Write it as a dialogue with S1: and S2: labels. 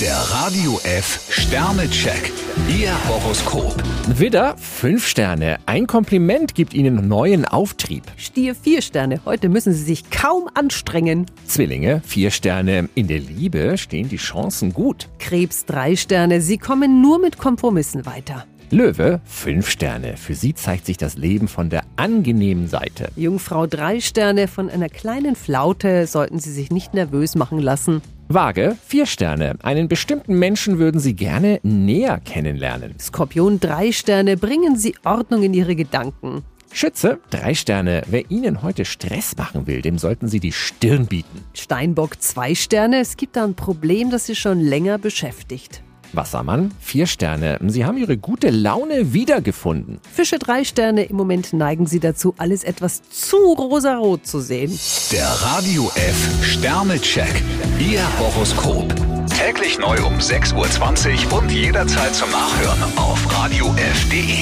S1: Der Radio F Sternecheck. Ihr Horoskop.
S2: Widder, fünf Sterne. Ein Kompliment gibt Ihnen neuen Auftrieb.
S3: Stier vier Sterne. Heute müssen Sie sich kaum anstrengen.
S2: Zwillinge, vier Sterne. In der Liebe stehen die Chancen gut.
S3: Krebs drei Sterne. Sie kommen nur mit Kompromissen weiter.
S2: Löwe, fünf Sterne. Für Sie zeigt sich das Leben von der angenehmen Seite.
S3: Jungfrau drei Sterne. Von einer kleinen Flaute sollten Sie sich nicht nervös machen lassen.
S2: Waage, vier Sterne. Einen bestimmten Menschen würden Sie gerne näher kennenlernen.
S3: Skorpion drei Sterne. Bringen Sie Ordnung in Ihre Gedanken.
S2: Schütze, drei Sterne. Wer Ihnen heute Stress machen will, dem sollten Sie die Stirn bieten.
S3: Steinbock zwei Sterne. Es gibt da ein Problem, das Sie schon länger beschäftigt.
S2: Wassermann, vier Sterne. Sie haben Ihre gute Laune wiedergefunden.
S3: Fische drei Sterne. Im Moment neigen Sie dazu, alles etwas zu rosarot zu sehen.
S1: Der Radio F Sternecheck. Ihr Horoskop. Täglich neu um 6.20 Uhr und jederzeit zum Nachhören auf Radio radiof.de.